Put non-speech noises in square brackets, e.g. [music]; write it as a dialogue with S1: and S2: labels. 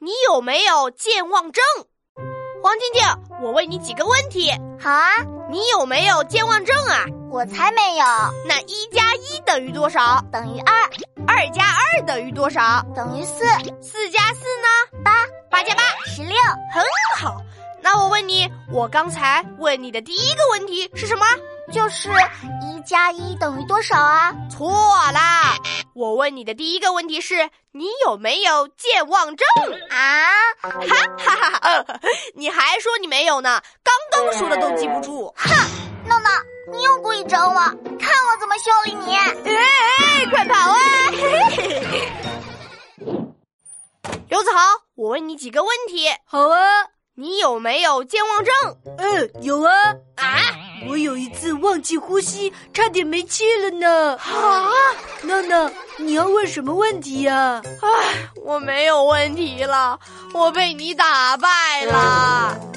S1: 你有没有健忘症？黄静静，我问你几个问题，
S2: 好啊，
S1: 你有没有健忘症啊？
S2: 我才没有，
S1: 那一加一等于多少？
S2: 等于二
S1: 二加二等于多少？
S2: 等于四
S1: 四加四呢？
S2: 八
S1: 八加八，
S2: 十六，
S1: 很好。那我问你，我刚才问你的第一个问题是什么？
S2: 就是一加一等于多少啊？
S1: 错啦！我问你的第一个问题是你有没有健忘症？
S2: 啊，
S1: 哈哈哈，你还说你没有呢，刚刚说的都记不住。
S2: 闹闹，你又故意整我，看我怎么修理你！
S1: 哎哎，快跑啊！ [laughs] 嘿嘿嘿刘子豪，我问你几个问题，
S3: 好啊，
S1: 你有没有健忘症？
S3: 嗯，有啊，
S1: 啊
S3: 我有一次忘记呼吸，差点没气了呢。
S1: 啊！
S3: 闹闹，你要问什么问题呀、
S1: 我没有问题了，我被你打败了。